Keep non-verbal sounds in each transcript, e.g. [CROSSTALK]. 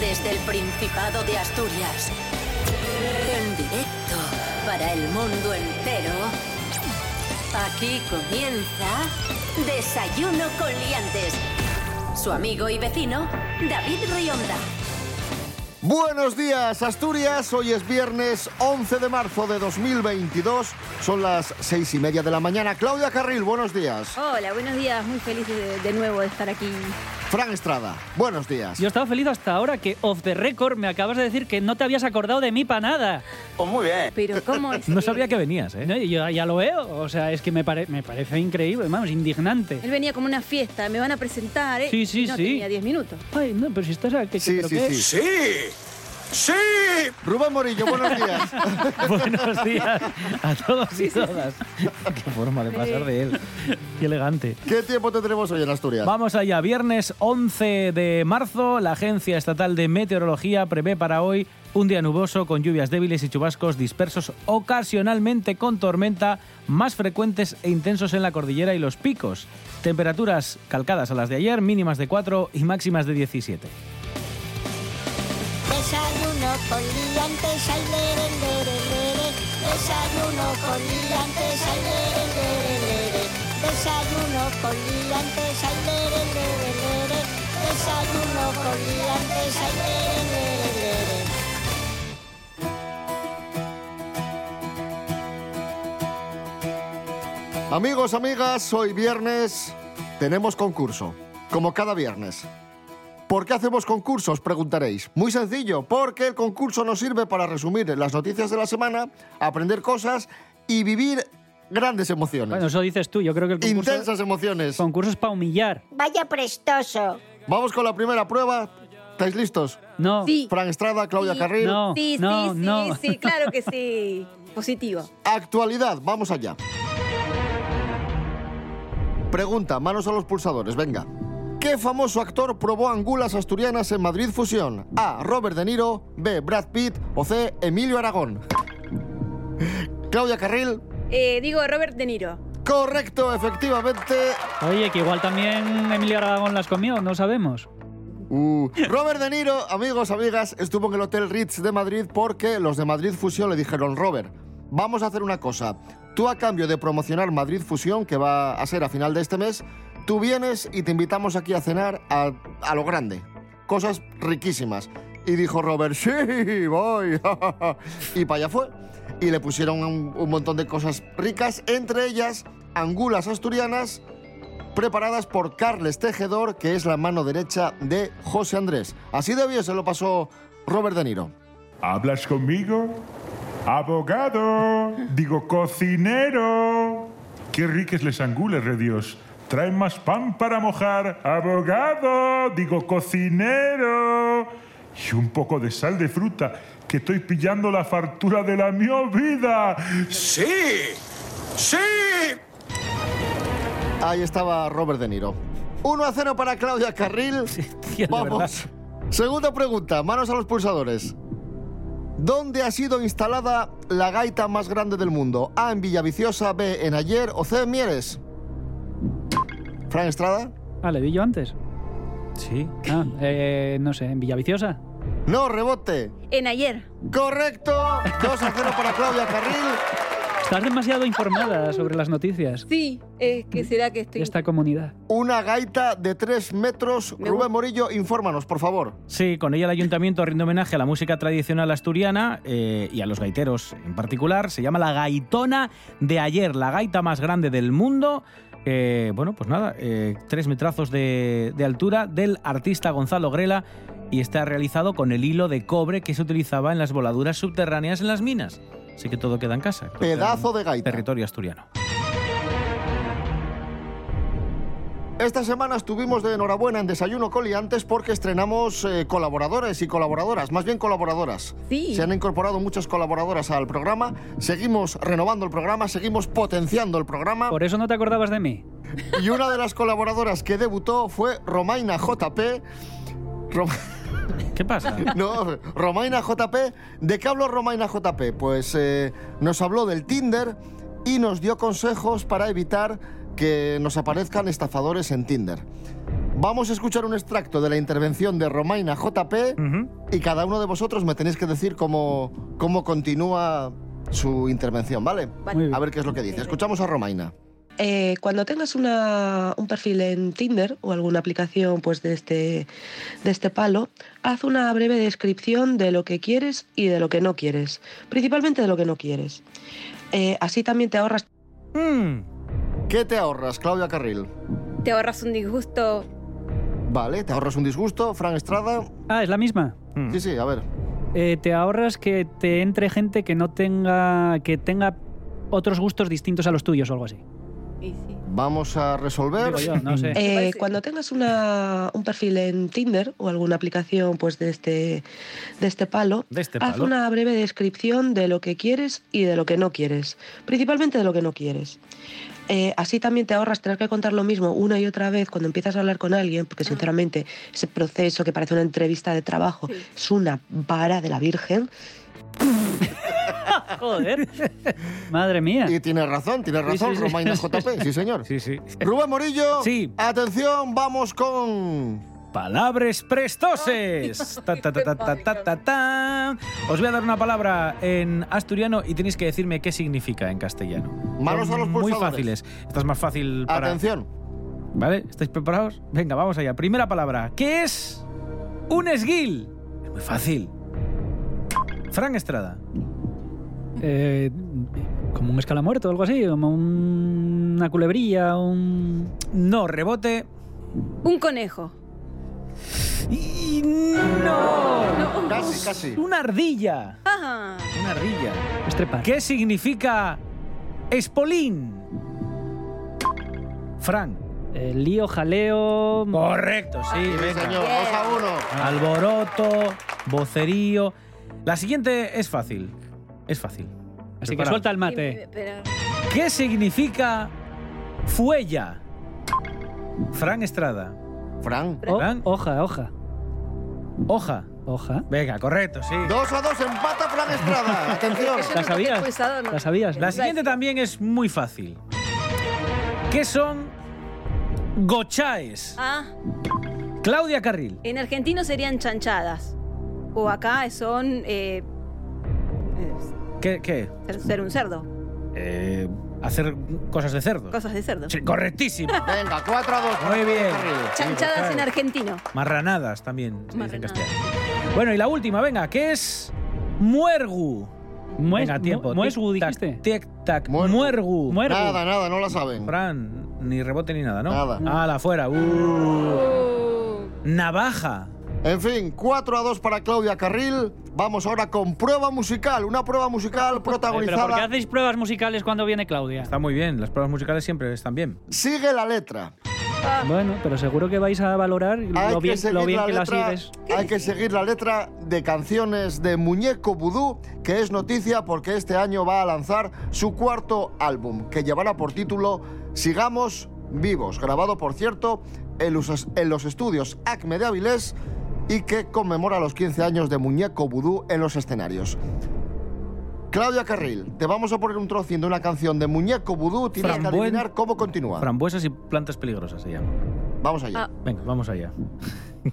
Desde el Principado de Asturias. En directo para el mundo entero. Aquí comienza Desayuno con Liantes. Su amigo y vecino, David Rionda. Buenos días Asturias, hoy es viernes 11 de marzo de 2022, son las seis y media de la mañana. Claudia Carril, buenos días. Hola, buenos días, muy feliz de, de nuevo de estar aquí. Fran Estrada, buenos días. Yo estaba feliz hasta ahora que off the record me acabas de decir que no te habías acordado de mí para nada. Pues muy bien. Pero ¿cómo es? No que- sabía que venías, ¿eh? yo ya lo veo, o sea, es que me, pare- me parece increíble, vamos, indignante. Él venía como una fiesta, me van a presentar, ¿eh? Sí, sí, Y no sí. tenía 10 minutos. Ay, no, pero si estás aquí, Sí, ¿pero sí, qué? sí. ¡Sí! ¡Sí! Rubén [LAUGHS] Morillo, buenos días. Buenos días a todos y todas. Qué forma de pasar de él. Qué elegante. ¿Qué tiempo tendremos hoy en Asturias? Vamos allá, viernes 11 de marzo, la Agencia Estatal de Meteorología prevé para hoy un día nuboso con lluvias débiles y chubascos dispersos ocasionalmente con tormenta, más frecuentes e intensos en la cordillera y los picos. Temperaturas calcadas a las de ayer, mínimas de 4 y máximas de 17. Desayuno con liantes, ay, lere, lere, lere. Desayuno con liantes, ay, lere, lere, lere. Desayuno con liantes, ay, lere, lere, lere. Desayuno con liantes, ay, lere, lere, lere. Amigos, amigas, hoy viernes tenemos concurso, como cada viernes. ¿Por qué hacemos concursos? Preguntaréis. Muy sencillo, porque el concurso nos sirve para resumir las noticias de la semana, aprender cosas y vivir grandes emociones. Bueno, eso dices tú, yo creo que el concurso, Intensas emociones. concurso es para humillar. Vaya prestoso. Vamos con la primera prueba. ¿Estáis listos? No, Sí. Fran Estrada, Claudia Sí, Carril. No, sí, no, sí, no. sí, sí, claro que sí. [LAUGHS] Positivo. Actualidad, vamos allá. Pregunta, manos a los pulsadores, venga. ¿Qué famoso actor probó angulas asturianas en Madrid Fusión? A. Robert De Niro, B. Brad Pitt o C. Emilio Aragón. [LAUGHS] Claudia Carril, Eh, digo, Robert De Niro. correcto, efectivamente. oye, que igual también Emilio Aragón las comió, no [LAUGHS] sabemos. Uh, Robert De Niro, amigos, amigas, estuvo en el Hotel Ritz de Madrid porque los de Madrid Fusión le dijeron, Robert, vamos a hacer una cosa. Tú a cambio de promocionar Madrid Fusión, que va a ser a final de este mes, tú vienes y te invitamos aquí a cenar a, a lo grande. Cosas riquísimas. Y dijo Robert, sí, voy. [LAUGHS] y para allá fue. Y le pusieron un, un montón de cosas ricas, entre ellas angulas asturianas preparadas por Carles Tejedor, que es la mano derecha de José Andrés. Así de bien se lo pasó Robert De Niro. ¿Hablas conmigo? Abogado, digo cocinero. Qué ricas les angulas, re Dios. Traen más pan para mojar. Abogado, digo cocinero. Y un poco de sal de fruta, que estoy pillando la fartura de la mi vida. ¡Sí! ¡Sí! Ahí estaba Robert De Niro. 1 a 0 para Claudia Carril. tío, de Vamos. Segunda pregunta, manos a los pulsadores. ¿Dónde ha sido instalada la gaita más grande del mundo? A en Villaviciosa, B en Ayer o C en Mieres. Fran Estrada. Ah, le vi yo antes. Sí. Ah, eh, no sé, en Villaviciosa. No, rebote. En ayer. Correcto. 2 a 0 para Claudia Carril. Estás demasiado informada sobre las noticias Sí, es que será que de estoy. esta comunidad. Una gaita de 3 metros. Rubén Morillo, infórmanos, por favor. Sí, con ella el ayuntamiento rinde homenaje a la música tradicional asturiana eh, y a los gaiteros en particular. Se llama la gaitona de ayer, la gaita más grande del mundo. Eh, bueno, pues nada, eh, tres metrazos de, de altura del artista Gonzalo Grela y está realizado con el hilo de cobre que se utilizaba en las voladuras subterráneas en las minas. Así que todo queda en casa. Todo queda en Pedazo de gaita. Territorio asturiano. Esta semana estuvimos de enhorabuena en Desayuno Coliantes porque estrenamos eh, colaboradores y colaboradoras, más bien colaboradoras. Sí. Se han incorporado muchas colaboradoras al programa, seguimos renovando el programa, seguimos potenciando el programa Por eso no te acordabas de mí. y una de las colaboradoras que debutó fue Romaina JP. Rom- ¿Qué pasa? No, Romaina JP. ¿De qué habló Romaina JP? Pues eh, nos habló del Tinder y nos dio consejos para evitar que nos aparezcan estafadores en Tinder. Vamos a escuchar un extracto de la intervención de Romaina JP y cada uno de vosotros me tenéis que decir cómo, cómo continúa su intervención, ¿vale? Vale. A ver qué es lo que dice. Escuchamos a Romaina. Eh, cuando tengas una- un perfil en Tinder o alguna aplicación pues, de, este, de este palo, haz una breve descripción de lo que quieres y de lo que no quieres, principalmente de lo que no quieres. Eh, así también te ahorras Mm. ¿Qué te ahorras, Claudia Carril? Te ahorras un disgusto. Vale, te ahorras un disgusto. Fran Estrada. Ah, es la misma. Mm. Sí, sí, a ver. Eh, te ahorras que te entre gente que no tenga. que tenga otros gustos distintos a los tuyos o algo así. Y sí. Vamos a Ah. resolver. Digo yo, no sé. [LAUGHS] Eh, parece? cuando tengas una- un perfil en Tinder o alguna aplicación pues, de, este, de este palo, De este haz palo. una breve descripción de lo que quieres y de lo que no quieres, principalmente de lo que no quieres. Eh, así también te ahorras tener que contar lo mismo una y otra vez cuando empiezas a hablar con alguien, porque Ah. sinceramente ese proceso que parece una entrevista de trabajo Sí. es una vara de la Virgen. Joder. Madre mía. Y tienes razón, tienes Sí, razón, sí, sí. Romaina JP. Sí, [LAUGHS] señor. Sí, sí. Rubén Morillo. Sí. Atención, vamos con. Palabras prestoses. Ta, ta, ta, ta, ta, ta, ta, ta. Os voy a dar una palabra en asturiano y tenéis que decirme qué significa en castellano. Manos Son a los Muy pulsadores. fáciles. Esta es más fácil para... Atención. ¿Vale? ¿Estáis preparados? Venga, vamos allá. Primera palabra. ¿Qué es un esguil? Es muy fácil. Frank Estrada. Eh, como un escalamuerto o algo así, como un- una culebrilla, un. No, rebote. Un conejo. Y no. No. Casi, casi. Una ardilla. Ah, Una ardilla. Estrepar. ¿Qué significa espolín? Frank. Eh, lío, jaleo. Correcto, sí, Sí, venga. Ah. señor. Bien. Dos a uno. Alboroto, vocerío. La siguiente es fácil. Es fácil. Así que Prepara. suelta el sí, mate. pero- ¿Qué significa fuella? Fran Estrada. Fran. O- Fran. Oh, hoja, hoja. Hoja. Hoja. Venga, correcto, sí. Dos a dos, empata Fran Estrada. Atención. Yo ¿La no sabías? toqué pulsador, no. ¿La sabías? La siguiente también es muy fácil. ¿Qué son gochaes? Ah, Claudia Carril. en argentino serían chanchadas. O acá son eh, eh, ¿Qué? qué? ser- ser un cerdo. Eh, hacer cosas de cerdo. Cosas de cerdo. Sí, [LAUGHS] correctísimo. Venga, cuatro a dos. Muy bien. Chanchadas en argentino. Marranadas también. se dice en Marranadas. castellano. Bueno, y la última, venga, que es muergu. Mues- venga, tiempo. mu- Muesgu, Tic-tac, dijiste. Tic-tac. Muergu. Muergu. Muer- Nada, nada, no la saben. Fran, ni rebote ni nada, ¿no? Nada. Ala, fuera. Uh. Uh. Navaja. En fin, 4 a 2 para Claudia Carril. Vamos ahora con prueba musical. Una prueba musical Eh, ¿Pero por qué protagonizada. hacéis pruebas musicales cuando viene Claudia? Está muy bien, las pruebas musicales siempre están bien. Sigue la letra. Bueno, pero seguro que vais a valorar Hay lo que bien, seguir lo bien la que la letra. sigues. Hay que seguir la letra de canciones de Muñeco Vudú, que es noticia porque este año va a lanzar su cuarto álbum, que llevará por título Sigamos Vivos, grabado por cierto en los, en los estudios Acme de Avilés y que conmemora los 15 años de Muñeco Vudú en los escenarios. Claudia Carril, te vamos a poner un trocín de una canción de Muñeco Vudú. Tienes que Frambuen- adivinar cómo continúa. Frambuesas y plantas peligrosas se llaman. Vamos allá. Venga, vamos allá. que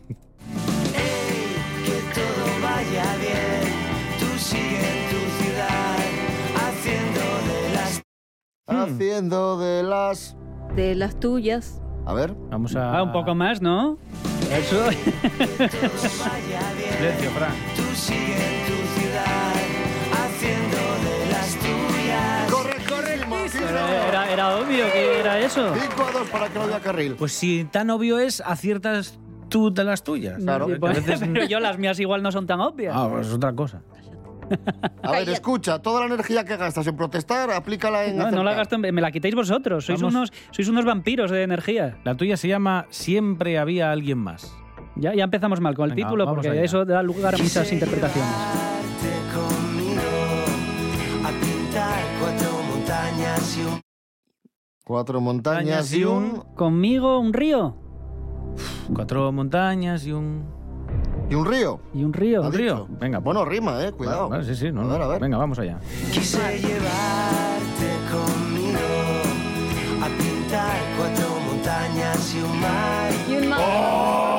todo vaya bien. Tú sigue en tu ciudad, haciendo de las Ah. Haciendo de las... De las tuyas. A ver. Vamos a. Ah, un poco más, ¿no? Eso. Silencio, Fran. Correctísimo. sí, señor. Eh, era, era obvio que era eso. 5 a 2 para Claudia Carril. Pues si tan obvio es, aciertas tú de las tuyas. Claro. Que a [LAUGHS] veces- Pero yo las mías igual no son tan obvias. Ah, pues es otra cosa. A ver, escucha, toda la energía que gastas en protestar, aplícala en. No, no la acertar. gasto, en- me la quitáis vosotros. Sois Vamos. unos, sois unos vampiros de energía. La tuya se llama Siempre había alguien más. Ya, ya empezamos mal con el Venga, título vamos porque allá. eso da lugar a muchas interpretaciones. llevarte conmigo a pintar cuatro montañas y un Cuatro montañas y un. Conmigo un río Cuatro montañas y un. y un río. y un río. ¿Ha ¿Un río? dicho? Venga, Bueno, rima, eh, cuidado. Vale, vale, sí, sí, no, a no. ver, a ver. Venga, vamos allá. quise llevarte conmigo a pintar cuatro montañas y un mar. Y un mar. ¡Oh!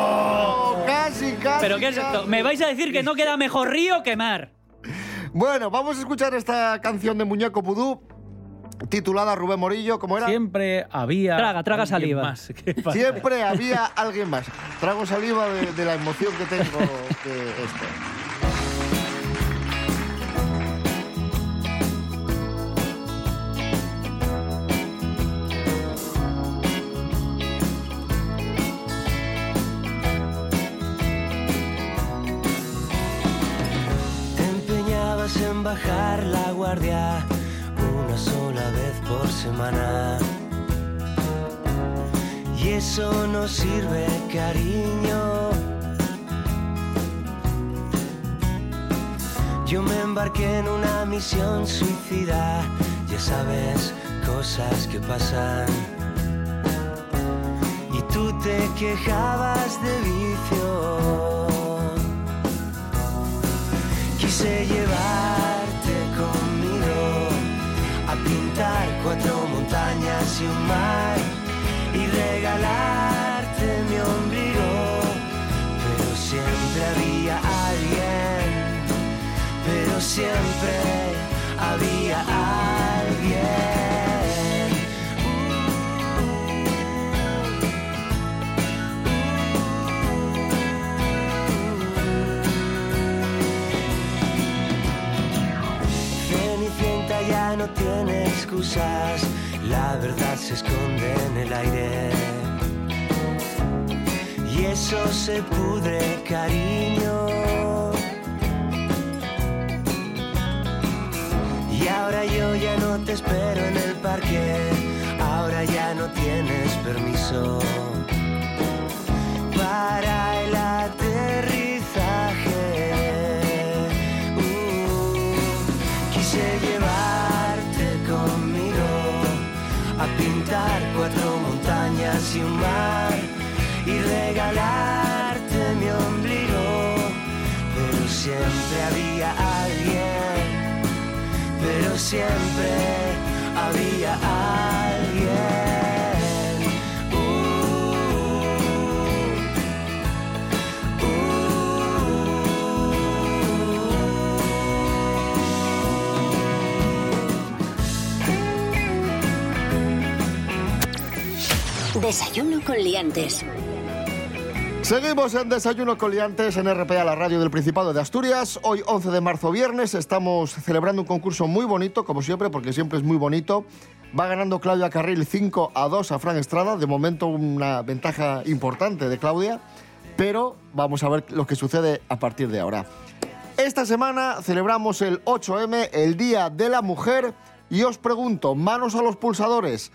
Casi, casi. ¿Pero qué es casi. esto? ¿Me vais a decir que no queda mejor río que mar? Bueno, vamos a escuchar esta canción de Muñeco Pudú titulada Rubén Morillo, ¿cómo era? Siempre había. Traga, traga alguien saliva. más. [LAUGHS] ¿Qué pasa? Siempre había alguien más. Trago saliva de, de la emoción que tengo de esto. Te empeñabas en bajar la guardia una sola vez por semana. Y eso no sirve, cariño. Yo me embarqué en una misión suicida, ya sabes, cosas que pasan. Y tú te quejabas de vicio. Quise llevarte conmigo a pintar cuatro montañas y un mar y regalarte mi ombligo. Pero siempre había alguien, pero siempre había alguien. Cenicienta ya no tiene excusas, la verdad se esconde en el aire. Y eso se pudre, cariño. Y ahora yo ya no te espero en el parque, ahora ya no tienes permiso para el aterrizaje. Uh, quise llevarte conmigo a pintar cuatro montañas y un mar y regalarte mi ombligo, pero siempre había alguien, pero siempre había alguien. Uh, Desayuno con liantes. Seguimos en Desayuno Coliantes en RPA, la radio del Principado de Asturias. Hoy, 11 de marzo, viernes, estamos celebrando un concurso muy bonito, como siempre, porque siempre es muy bonito. Va ganando Claudia Carril 5 a 2 a Fran Estrada. De momento, una ventaja importante de Claudia. Pero vamos a ver lo que sucede a partir de ahora. Esta semana celebramos el 8M, el Día de la Mujer, y os pregunto, manos a los pulsadores,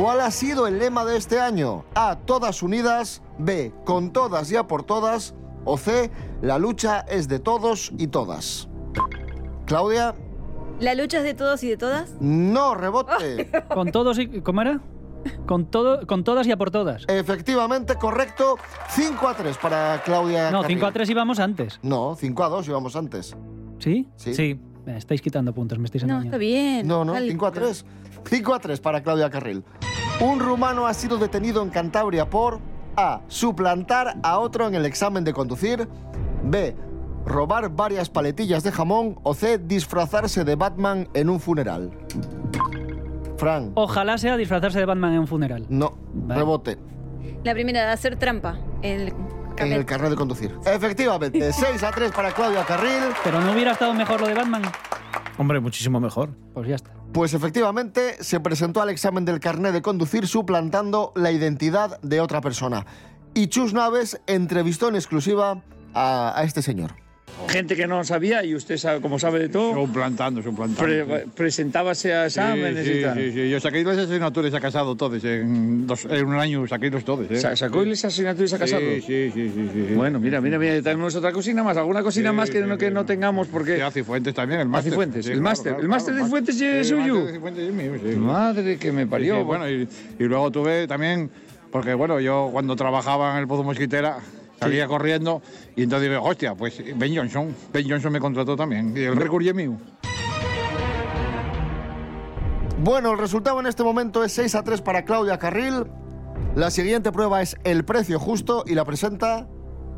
¿cuál ha sido el lema de este año? A, todas unidas, B, con todas y a por todas, o C, la lucha es de todos y todas. Claudia, La lucha es de todos y de todas. [LAUGHS] no rebote. Con todos y. ¿Cómo era? Con, todo, con todas y a por todas. Eh, Efectivamente, correcto. 5 a 3 para Claudia. No, Carril. 5 a 3 íbamos antes. No, 5 a 2 íbamos antes. ¿Sí? Sí. Sí. Me estáis quitando puntos, me estáis No, engañando. está bien. No, no, Dale. 5 a 3. 5 a 3 para Claudia Carril. Un rumano ha sido detenido en Cantabria por A. Suplantar a otro en el examen de conducir. B. Robar varias paletillas de jamón. O C. Disfrazarse de Batman en un funeral. Fran. Ojalá sea disfrazarse de Batman en un funeral. No, Oh. Vale. rebote. La primera, de hacer trampa. En el En el carnet de conducir. Efectivamente, 6 a 3 para Claudia Carril. Pero no hubiera estado mejor lo de Batman. Hombre, muchísimo mejor. Pues ya está. Pues efectivamente, se presentó al examen del carnet de conducir suplantando la identidad de otra persona. Y Chus Naves entrevistó en exclusiva a, a este señor. gente que no sabía y usted sabe, como sabe de todo, Son plantando, son plantando. pre- presentábase a exámenes y tal. sí, sí, Yo saqué las asignaturas a casado todos. En, dos- en un año saqué los todos. ¿eh? Sa- ¿Sacó las asignaturas a casado? Sí, sí, sí, sí, sí, sí. Bueno, mira, mira, mira, tenemos otra cocina más, alguna cocina Sí, más que sí, no, sí, que no sí. tengamos porque... Sí, a Cifuentes también, el máster. Cifuentes, el máster. ¿El máster de Cifuentes Sí, es el suyo? máster de Cifuentes es mío, sí. Madre que me Sí, parió. sí, bueno, y, y luego tuve también, porque bueno, yo cuando trabajaba en el Pozo Mosquitera salía corriendo y entonces digo, hostia, pues Ben Johnson, Ben Johnson me contrató también y el récord ya es mío. Bueno, el resultado en este momento es 6 a 3 para Claudia Carril. La siguiente prueba es El precio justo y la presenta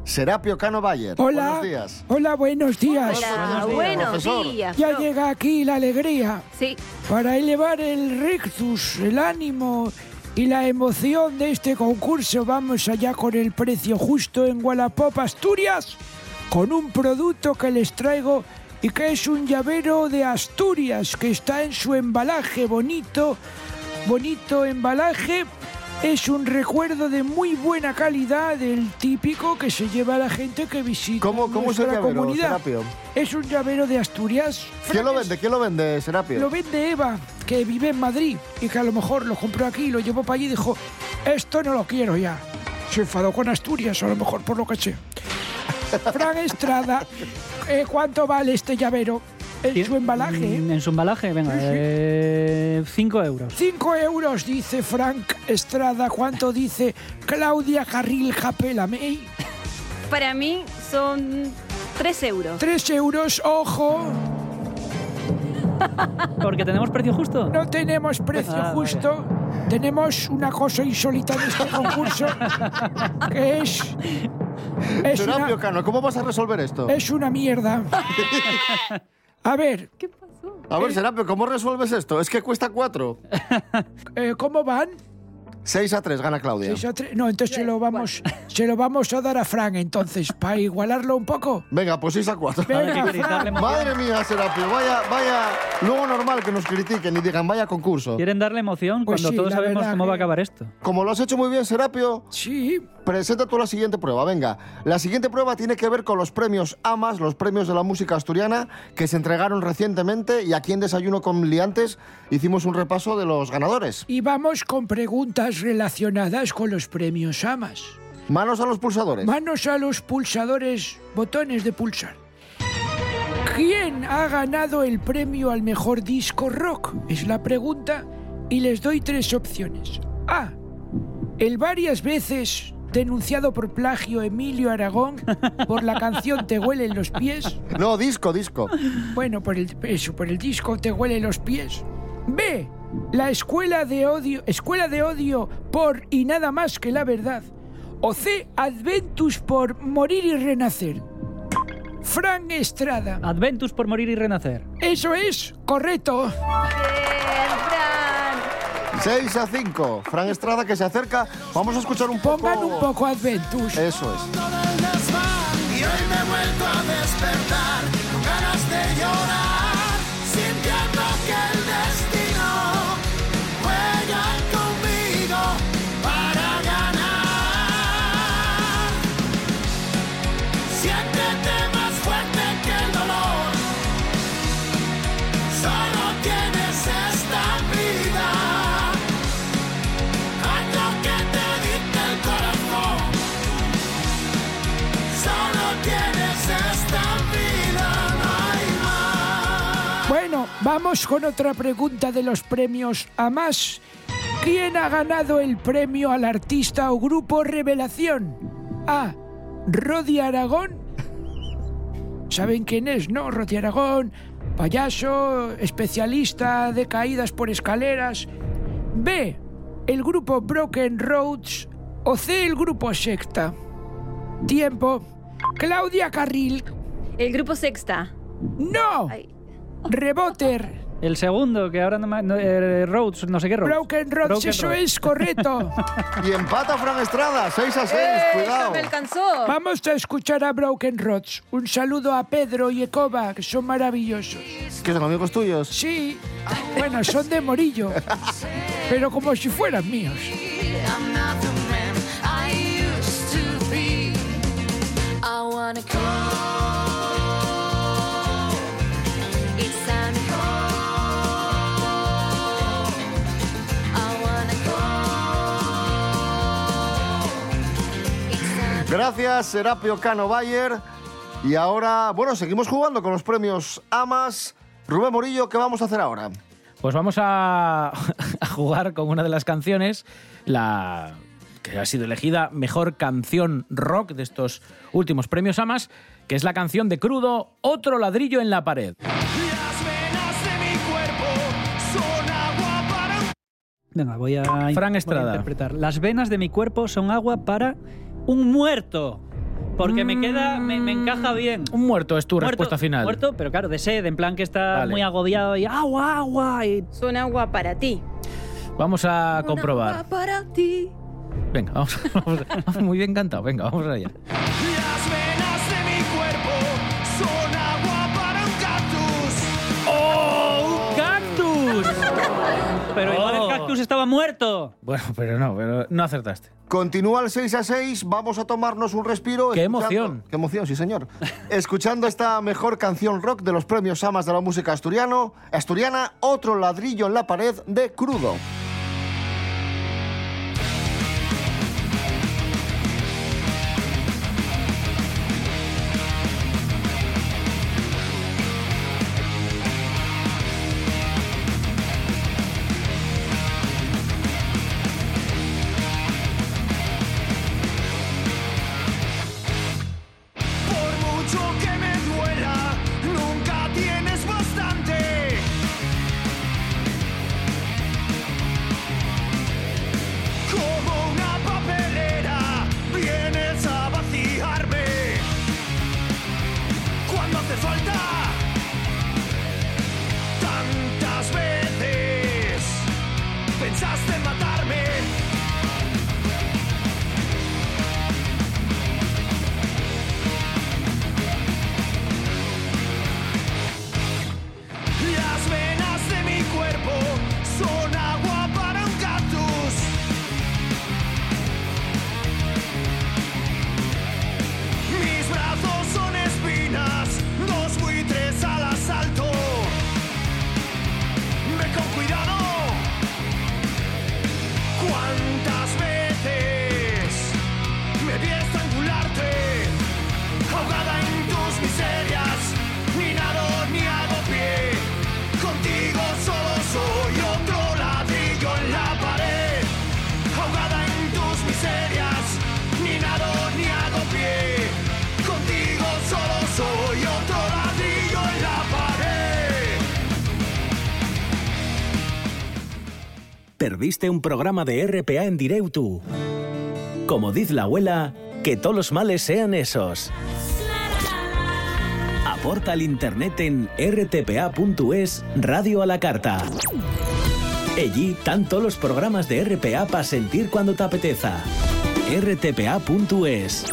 Serapio Cano Bayer. Hola. Buenos días. Hola, buenos días. Hola, buenos profesor. días. Ya Flo. llega aquí la alegría Sí, para elevar el rictus, el ánimo y la emoción de este concurso. Vamos allá con el precio justo en Gualapop, Asturias, con un producto que les traigo y que es un llavero de Asturias que está en su embalaje bonito, bonito embalaje. Es un recuerdo de muy buena calidad, el típico que se lleva a la gente que visita ¿Cómo, cómo es el nuestra llavero, comunidad. Serapio? Es un llavero de Asturias. ¿Quién lo vende? ¿Quién lo vende, Serapio? Lo vende Eva, que vive en Madrid y que a lo mejor lo compró aquí, lo llevó para allí y dijo, esto no lo quiero ya. Se enfadó con Asturias, a lo mejor por lo que sé. Fran Estrada, eh, ¿cuánto vale este llavero en su embalaje? ¿eh? Mm, En su embalaje, venga, 5 euros. 5 euros, dice Frank Estrada. ¿Cuánto dice Claudia Carril Japelamey? para mí son 3 euros. 3 euros, ojo. Porque tenemos precio justo. No tenemos precio Ah, vale. justo. Tenemos una cosa insólita en este concurso, que es... Es Serapio una, Cano, ¿cómo vas a resolver esto? es una mierda. A ver, ¿Qué pasó? A ver, Serapio, ¿cómo resuelves esto? Es que cuesta cuatro. eh, ¿cómo van? 6 a 3, gana Claudia. Seis a tres- No, entonces se lo vamos, se lo vamos a dar a Fran, entonces, para igualarlo un poco. Venga, pues 6 a 4. Hay que [LAUGHS] gritarle emoción. Madre mía, Serapio, vaya, vaya. Luego normal que nos critiquen y digan, vaya concurso. Quieren darle emoción Pues cuando sí, todos la sabemos verdad cómo que- va a acabar esto. Como lo has hecho muy bien, Serapio, Sí, presenta tú la siguiente prueba. Venga, la siguiente prueba tiene que ver con los premios AMAS, los premios de la música asturiana, que se entregaron recientemente y aquí en Desayuno con Liantes hicimos un repaso de los ganadores. y vamos con preguntas relacionadas con los premios AMAS. Manos a los pulsadores. Manos a los pulsadores, botones de pulsar. ¿Quién ha ganado el premio al mejor disco rock? Es la pregunta y les doy tres opciones. A. El varias veces denunciado por plagio Emilio Aragón por la canción Te huelen los pies. No, disco, [LAUGHS] disco. Bueno, por el, eso, por el disco te huele los pies. B. La escuela de odio, escuela de odio por y nada más que la verdad. O C. Adventus por morir y renacer. Frank Estrada. Adventus por morir y renacer. Eso es correcto. Bien, Fran. 6 a 5. Fran Estrada que se acerca. Vamos a escuchar un poco. Pongan un poco Adventus. Eso es. Y hoy me he vuelto a despertar con ganas de llorar, sintiendo que el destino juega conmigo para ganar. Siéntete más fuerte que el dolor, solo tienes esta vida. Haz lo que te dicte el corazón. Solo tienes esta vida, no hay más. Bueno, vamos con otra pregunta de los premios a más. ¿Quién ha ganado el premio al artista o grupo Revelación? A. Rodi Aragón. ¿Saben quién es, no? Rodi Aragón, payaso, especialista de caídas por escaleras. B. El grupo Broken Roads. O C. El grupo Secta. Tiempo. Claudia Carril. El grupo sexta. ¡No! Ay. Reboter. El segundo, que ahora no, me- no, eh, Rhodes, no sé qué Rhodes. Broken Rods, Broken eso Roads. es correcto. [LAUGHS] Y empata Fran Estrada. 6 a 6. Eso Cuidado. me alcanzó. Vamos a escuchar a Broken Rods. Un saludo a Pedro y Ecova, que son maravillosos. Que son amigos tuyos. Sí, bueno, son de Morillo, pero como si fueran míos. I'm not the man I used to be. I wanna go. It's time to go. I wanna go. It's time Gracias, Serapio Cano Bayer. Y ahora, bueno, seguimos jugando con los premios AMAS. Rubén Morillo, ¿qué vamos a hacer ahora? Pues vamos a, a jugar con una de las canciones, la que ha sido elegida mejor canción rock de estos últimos premios AMAS, que es la canción de Crudo, Otro ladrillo en la pared. Las venas de mi cuerpo son agua para un Venga, voy a, voy a Estrada. interpretar. Las venas de mi cuerpo son agua para un muerto. Porque me queda, me, me encaja bien. Un muerto es Mm. tu Muerto- respuesta final. Muerto, pero claro, de sed, en plan que está Vale. muy agobiado y agua, agua. Y... Son agua para ti. Vamos a Agua comprobar. para ti. Venga, vamos, [LAUGHS] vamos- vamos, Muy bien cantado. Venga, vamos allá. Las venas de mi cuerpo son agua para un cactus. ¡Oh, un cactus! Pero igual Oh. el cactus estaba muerto. Bueno, pero no, pero no acertaste. Continúa el 6 a 6, vamos a tomarnos un respiro. ¡Qué escuchando- emoción! ¡Qué emoción, sí [LAUGHS] señor! escuchando esta mejor canción rock de los premios Amas de la música asturiano, asturiana, otro ladrillo en la pared de Crudo. Por mucho que me duela, nunca tienes bastante. Como una papelera, vienes a vaciarme. Cuando hace falta, tantas veces pensaste en matarme. Las venas de mi cuerpo son agua para un cactus. Mis brazos son espinas, dos buitres al asalto. Ve con cuidado. ¿Cuántas veces me vi estrangularte? ahogada en tus miserias, ni nado ni hago pie. Contigo solo soy otro ladrillo en la pared, ahogada en tus miserias, ni nado ni hago pie. Contigo solo soy otro ladrillo en la pared. Perdiste un programa de RPA en Direutu. Como diz la abuela, que todos los males sean esos. Aporta al internet en rtpa.es Radio a la Carta. Allí tanto los programas de RPA para sentir cuando te apeteza. rtpa.es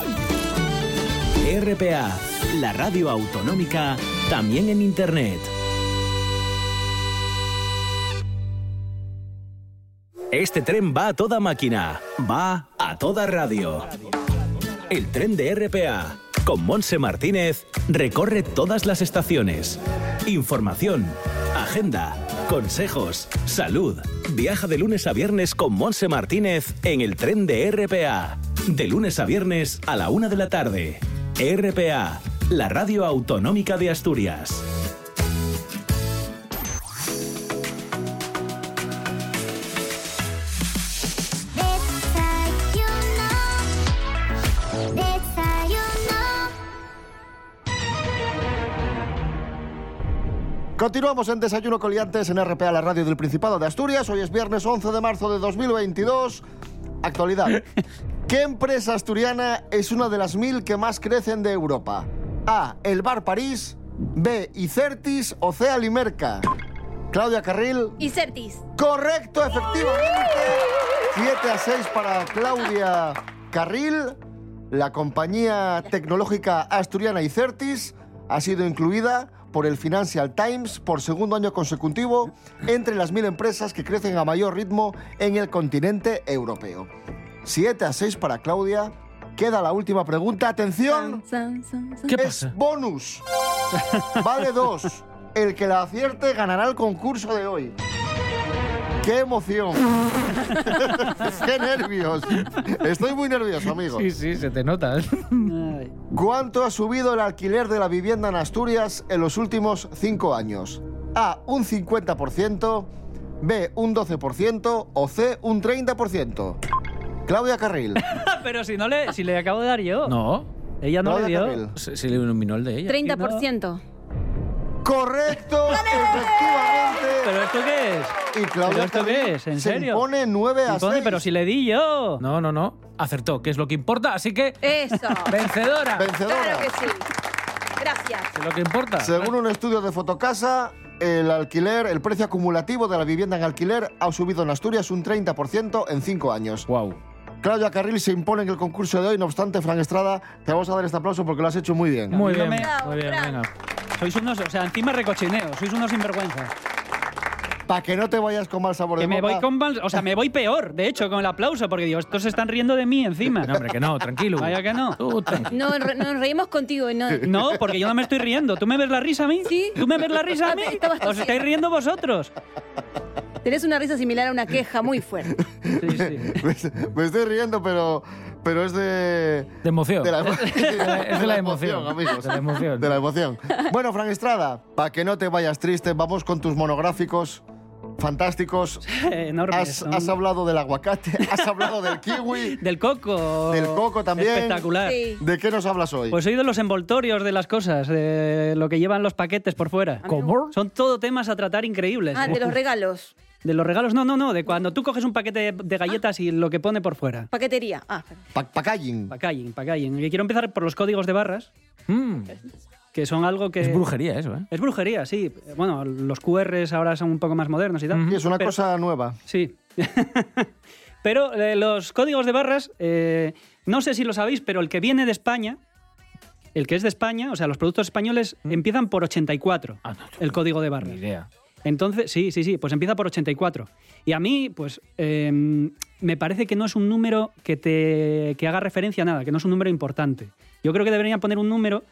RPA, la radio autonómica, también en internet. Este tren va a toda máquina, va a toda radio. El tren de RPA, con Monse Martínez, recorre todas las estaciones. Información, agenda, consejos, salud. Viaja de lunes a viernes con Monse Martínez en el tren de RPA. De lunes a viernes a la una de la tarde. RPA, la radio autonómica de Asturias. Desayuno, desayuno. Continuamos en Desayuno Coliantes en RPA, la radio del Principado de Asturias. Hoy es viernes 11 de marzo de 2022. Actualidad. ¿Qué empresa asturiana es una de las mil que más crecen de Europa? A. El Bar París. B. Icertis o C. Alimerca. Claudia Carril. Y Certis. Correcto, efectivamente. 7 a 6 para Claudia Carril. La compañía tecnológica asturiana Icertis ha sido incluida por el Financial Times por segundo año consecutivo entre las mil empresas que crecen a mayor ritmo en el continente europeo. 7 a 6 para Claudia. Queda la última pregunta. Atención. es [LAUGHS] bonus. Vale dos. El que la acierte ganará el concurso de hoy. [LAUGHS] ¡Qué emoción! ¡Qué nervios! Estoy muy nervioso, amigo. Sí, sí, se te nota. ¿Cuánto ha subido el alquiler de la vivienda en Asturias en los últimos cinco años? A, un 50%, B, un 12% o C, un 30%. Claudia Carril. Ah, pero si no le, si le acabo de dar yo. No. [LAUGHS] Ella [LAUGHS] no le Claudia dio. Carril. Se, se le iluminó el de ella. 30%. Correcto, efectivamente. ¿Pero esto qué es? Y Claudia ¿Pero esto Carrillo qué es? ¿En se serio? impone 9 a Impone, 6. Pero si le di yo. No, no, no. Acertó, que es lo que importa. Así que, [LAUGHS] Eso. vencedora. Claro que sí. Gracias. Es lo que importa. Según un estudio de Fotocasa, el alquiler, el precio acumulativo de la vivienda en alquiler ha subido en Asturias un 30% en 5 años. Wow. Claudia Carril se impone en el concurso de hoy, no obstante, Fran Estrada, te vamos a dar este aplauso porque lo has hecho muy bien. Muy bien, Bravo, muy bien, bravo. venga. Sois unos, o sea, encima recochineo, sois unos sinvergüenzas. Para que no te vayas con mal sabor de Que me boca. voy [LAUGHS] con mal- o sea, me voy peor, de hecho, con el aplauso, porque digo, estos se están riendo de mí encima. [LAUGHS] No, hombre, que no, tranquilo. Vaya que no. Tú, tranquilo. No, re- nos reímos contigo. y No, No, porque yo no me estoy riendo. ¿Tú me ves la risa a mí? Sí. ¿Tú me ves la risa a mí? Estabas Os estáis haciendo. riendo vosotros. Tenés una risa similar a una queja muy fuerte. Sí, sí. me, me estoy riendo, pero, pero es de... De emoción. [LAUGHS] De la, es de la emoción, amigos. de la emoción. De la emoción. Bueno, Fran Estrada, para que no te vayas triste, vamos con tus monográficos fantásticos. Eh, Enormes. Has, son- has hablado del aguacate, [LAUGHS] has hablado del kiwi, Del coco. del coco también. Espectacular. Sí. ¿De qué nos hablas hoy? Pues soy de los envoltorios de las cosas, de lo que llevan los paquetes por fuera. ¿Cómo? Son todo temas a tratar [LAUGHS] increíbles. Ah, de los regalos. De los regalos, no, no, no. De cuando tú coges un paquete de- de galletas y lo que pone por fuera. Paquetería. Ah, Pa- packaging. Packaging, packaging. Y quiero empezar por los códigos de barras, Mm, que son algo que... es brujería eso, ¿eh? Es brujería, sí. Bueno, los QRs ahora son un poco más modernos y tal. Sí, es una Pero- cosa nueva. Sí. [LAUGHS] pero eh, los códigos de barras, eh, no sé si lo sabéis, pero el que viene de España, el que es de España, o sea, los productos españoles empiezan por 84, Ah, no, el código de Ni barras. idea. Entonces, sí, sí, sí, pues empieza por 84. Y a mí, pues, eh, me parece que no es un número que, te, que haga referencia a nada, que no es un número importante. Yo creo que deberían poner un número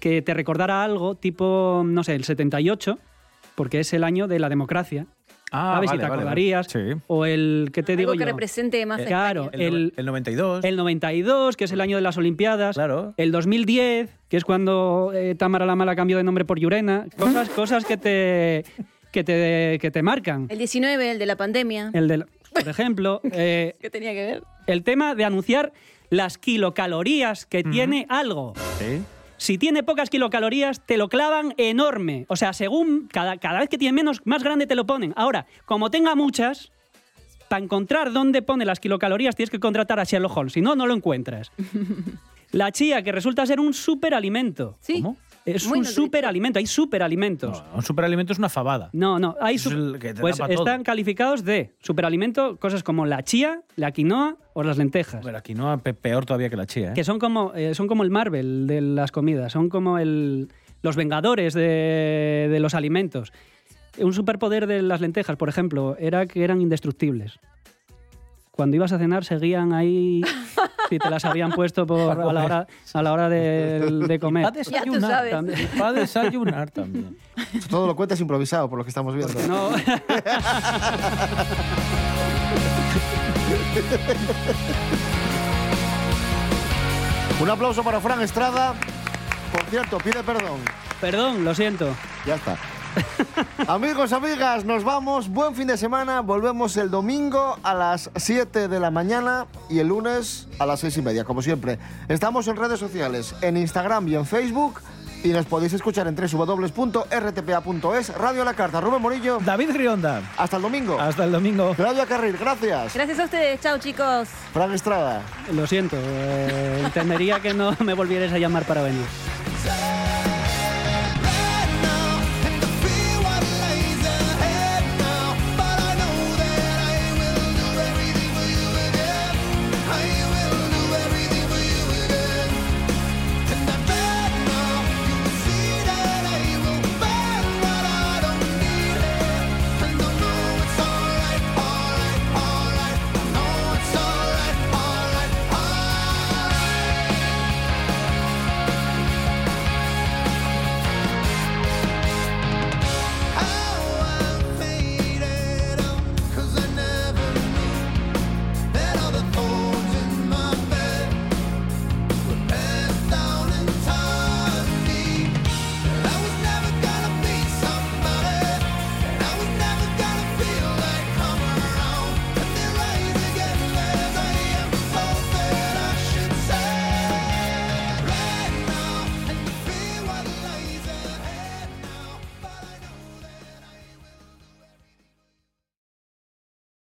que te recordara algo, tipo, no sé, el 78, porque es el año de la democracia. Ah, ¿Sabes? vale, y te vale, acordarías. vale. Sí. O el, ¿qué te digo algo que yo? represente más. a España. Claro, el, el 92. el 92, que es el año de las Olimpiadas. Claro. El 2010, que es cuando eh, Tamara la Mala cambió de nombre por Yurena. Cosas, cosas que, te, que, te, que te marcan. El 19, el de la pandemia. El del, [LAUGHS] por ejemplo, eh, ¿Qué tenía que ver? el tema de anunciar las kilocalorías que tiene algo. Sí. Si tiene pocas kilocalorías, te lo clavan enorme. O sea, según cada, cada vez que tiene menos, más grande te lo ponen. Ahora, como tenga muchas, para encontrar dónde pone las kilocalorías tienes que contratar a Sherlock Holmes. Si no, no lo encuentras. La chía, que resulta ser un superalimento. Sí. ¿Cómo? Es Muy un nutritivo. superalimento. Hay superalimentos. No, un superalimento es una fabada. No, no, hay Eso es sup- el que te pues tapa todo. están calificados de superalimento cosas como la chía, la quinoa o las lentejas, Pero aquí no pe- peor todavía que la chía, ¿eh? que son como eh, son como el Marvel de las comidas, son como el los vengadores de, de los alimentos. Un superpoder de las lentejas, por ejemplo, era que eran indestructibles. Cuando ibas a cenar seguían ahí si te las habían puesto [LAUGHS] por- a la hora a la hora del- de, comer. Va a desayunar Ya tú sabes. también. Va a [LAUGHS] desayunar también. Todo lo cuentas improvisado, por lo que estamos viendo. No. [LAUGHS] Un aplauso para Fran Estrada. Por cierto, pide perdón. Perdón, lo siento. Ya está. [LAUGHS] Amigos, amigas, nos vamos. Buen fin de semana. Volvemos el domingo a las 7 de la mañana y el lunes a las 6 y media, como siempre. Estamos en redes sociales, en Instagram y en Facebook. Y nos podéis escuchar en www.rtpa.es, Radio a la Carta. Rubén Morillo, David Rionda. hasta el domingo. Hasta el domingo. Claudia Carril, gracias. Gracias a ustedes. Chao, chicos. Fran Estrada. Lo siento, eh, entendería que no me volvierais a llamar para venir. Solo